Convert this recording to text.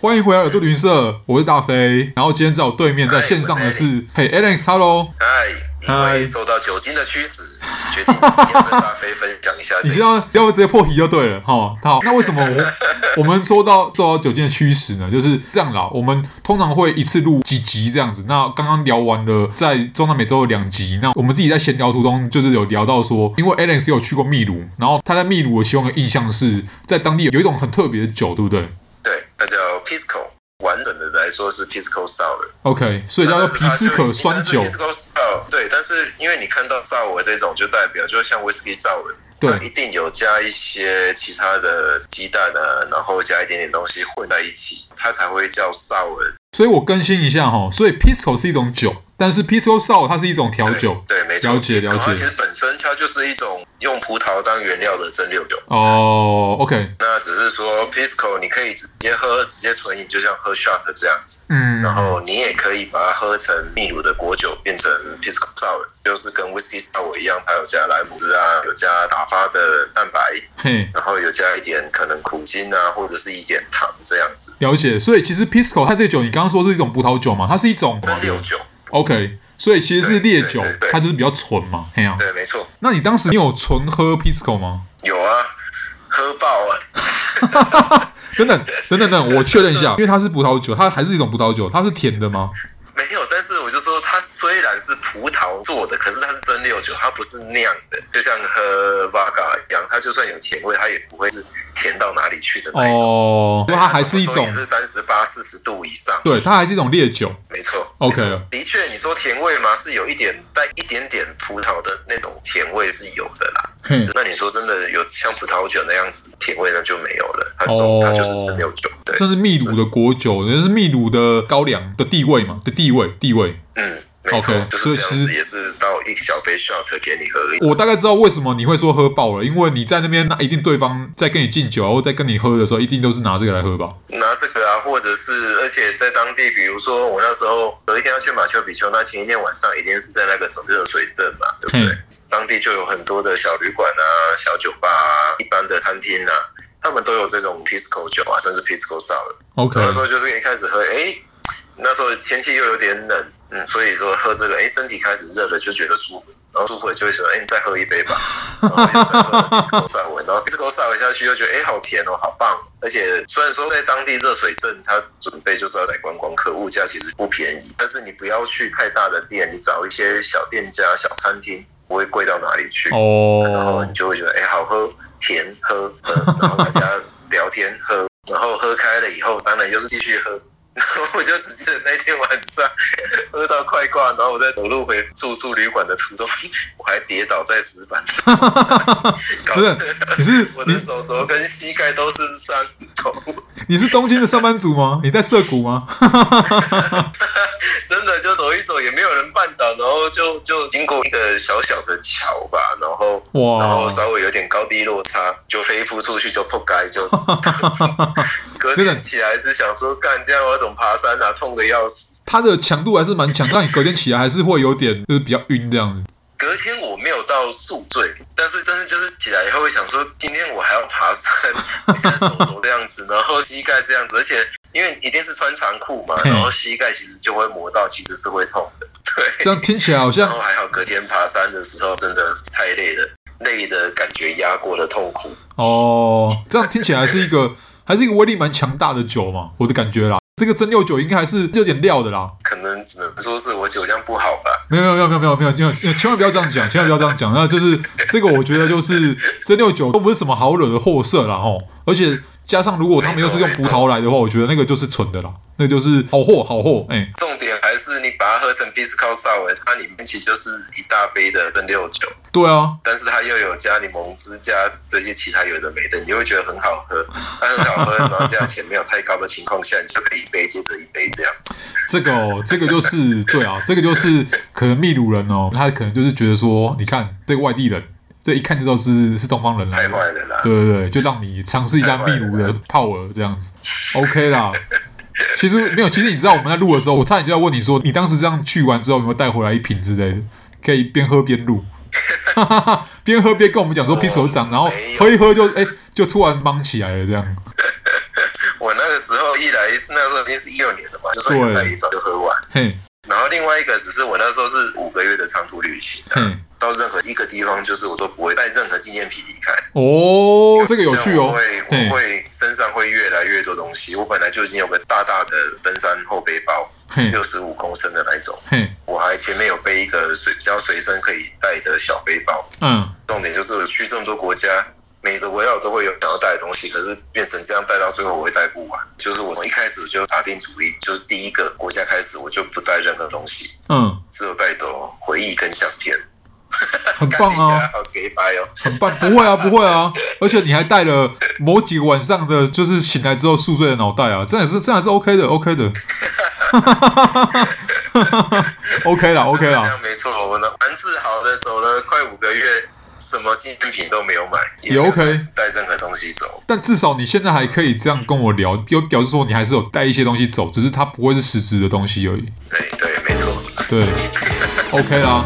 欢迎回来耳朵旅行社，我是大飞。然后今天在我对面，在线上的是嘿 Alex，Hello。嗨，哎因为受到酒精的驱使，决定要跟大飞分享一下这你一知集。道要不直接破题就对了哈。好，那为什么我我们说到受到酒精的驱使呢？就是这样啦。我们通常会一次录几集这样子。那刚刚聊完了在中南美洲的两集，那我们自己在闲聊途中就是有聊到说，因为 Alex 有去过秘鲁，然后他在秘鲁的其中的印象是在当地有一种很特别的酒，对不对对，它叫 Pisco，完整的来说是 Pisco Sour， ？OK，所以叫做皮斯可酸酒但是。Pisco Sour，对，但是因为你看到 Sour 这种，就代表就像 Whisky Sour，对它一定有加一些其他的鸡蛋啊，然后加一点点东西混在一起，它才会叫 Sour。所以我更新一下哈，所以 Pisco 是一种酒，但是 Pisco Sour 它是一种调酒。对，对没错。了解 Pisco 了解它其实本身它就是一种用葡萄当原料的蒸馏酒。哦，OK，那只是说 Pisco 你可以直接喝，直接纯饮，就像喝 shot 这样子。嗯，然后你也可以把它喝成秘鲁的果酒，变成 Pisco Sour，就是跟 Whisky Sour 一样，它有加莱姆汁啊，有加打发的蛋白，嘿。然后有加一点可能苦精啊，或者是一点糖这样子。了解，所以其实 Pisco 它这酒，你刚刚说是一种葡萄酒嘛，它是一种蒸馏酒， OK，所以其实是烈酒对对，对它就是比较纯嘛，嘿呀、对，没错，那你当时你有纯喝 Pisco 吗？有啊，喝爆啊！等等等等等，我确认一 下，因为它是葡萄酒，它还是一种葡萄酒，它是甜的吗？没有，但是我就说，它虽然是葡萄做的，可是它是蒸馏酒，它不是酿的，就像喝 vodka 一样，它就算有甜味，它也不会是甜到哪里去的那一种。哦，对它还是一怎种么，说也是三十八、四十度以上，对，它还是一种烈酒。没错。 OK 没错的确，你说甜味嘛，是有一点带一点点葡萄的那种甜味是有的啦。嘿，那你说真的有像葡萄酒那样子甜味，那就没有了。它就、哦它就是蒸馏酒，对，算是秘鲁的国酒，也是秘鲁的高粱的地位嘛的地位地位。嗯，没错 OK，就是这所以其样实子，也是倒一小杯 shot 给你喝而已。我大概知道为什么你会说喝爆了，因为你在那边，那一定对方在跟你敬酒啊，或在跟你喝的时候，一定都是拿这个来喝吧。拿这个啊，或者是，而且在当地，比如说我那时候有一天要去马丘比丘，那前一天晚上一定是在那个什么热水镇嘛，对不对？嗯当地就有很多的小旅馆啊、小酒吧啊、一般的餐厅啊，他们都有这种 pisco 酒啊，甚至 pisco sour。 OK，那时候就是一开始喝，哎，那时候天气又有点冷，嗯，所以说喝这个，哎，身体开始热了，就觉得舒服。然后舒服了就会说，哎，你再喝一杯吧。然后又再喝 Pisco Sour，然后 Pisco Sour 下去就觉得，哎，好甜哦，好棒。而且虽然说在当地热水镇，它准备就是要来观光客，物价其实不便宜，但是你不要去太大的店，你找一些小店家、小餐厅，不会贵到哪里去。然后哦你，就会觉得哎、好喝，甜喝 喝，然后大家聊天喝，然后喝开了以后，当然就是继续喝。 然后我就只记得那天晚上 喝到快挂，然后我在走路回住宿旅馆的途中，我还跌倒在石板 上，搞不是得，你是我你的手肘跟膝盖都是伤口，你是东京的上班族吗？你在涩谷吗？真的就走一走也没有人绊倒，然后就就经过一个小小的桥吧，然后哇然后稍微有点高低落差，就飞扑出去就破街就隔天起来是想说，干这样我要怎么爬山啊？痛的要死。它的强度还是蛮强，但你隔天起来还是会有点就是比较晕这样子。隔天我没有到宿醉，但是但是就是起来以后会想说，今天我还要爬山， 我现在手肘这样子，然后膝盖这样子，而且因为一定是穿长裤嘛，嘿然后膝盖其实就会磨到，其实是会痛的。对，这样听起来好像然 后还好隔天爬山的时候真的太累了，累的感觉压过了痛苦。哦，这样听起来是一个还是一个威力蛮强大的酒嘛，我的感觉啦。这个蒸馏酒应该还是有点料的啦。可能只能说是我酒量不好吧。没有没有没有没有没有没有，千万不要这样讲，千万不要这样讲。那就是这个，我觉得就是三六九都不是什么好惹的货色啦吼。而且加上如果他们又是用葡萄来的话，我觉得那个就是纯的啦，那个就是好货好货。哎、重点还是你把它喝成 Pisco Sour，它里面其实就是一大杯的蒸馏酒，对啊，但是它又有加柠檬汁、加这些其他有的没的，你就会觉得很好 喝。它很好喝，然后价钱没有太高的情况下，你就可以一杯接着一杯这样。这个哦，这个就是对啊，这个就是可能秘鲁人哦，他可能就是觉得说，你看这个外地人，这一看就知道是是东方人来太的，坏了啦！对对对，就让你尝试一下秘鲁的泡尔这样子，OK 啦。其实没有，其实你知道我们在录的时候，我差点就要问你说，你当时这样去完之后有没有带回来一瓶之类的，可以边喝边录， 边喝边跟我们讲说哦啤酒长，然后没有喝一喝就哎、就突然忙起来了这样。我那个时候一来是那时候已经是一六年了嘛，就算对原来一早就喝完。嘿，然后另外一个只是我那时候是五个月的长途旅行、啊，嘿，到任何一个地方就是我都不会带任何纪念品离开。哦，这个有趣样我哦会，嘿我，会身上会越来越多东西。我本来就已经有个大大的登山后背包，嘿，六十五公升的那一种，嘿，我还前面有背一个随比较随身可以带的小背包。嗯，重点就是我去这么多国家，每个国家我都会有想要带的东西，可是变成这样带到最后我会带不完。就是我从一开始就打定主意，就是第一个国家开始我就不带任何东西，嗯，只有带走回忆跟相片。很棒干你啊家，好给发哟！很棒， 不会啊，不会啊，而且你还带了某几个晚上的，就是醒来之后宿醉的脑袋啊，这也是这样是 OK 的，OK 的 ，OK 啦，OK 啊这啦，样没错。我呢，蛮自豪的，走了快五个月，什么纪念品都没有买，也没有也 OK 带任何东西走。但至少你现在还可以这样跟我聊，有表示说你还是有带一些东西走，只是它不会是实质的东西而已。对对，没错。对，OK 啦。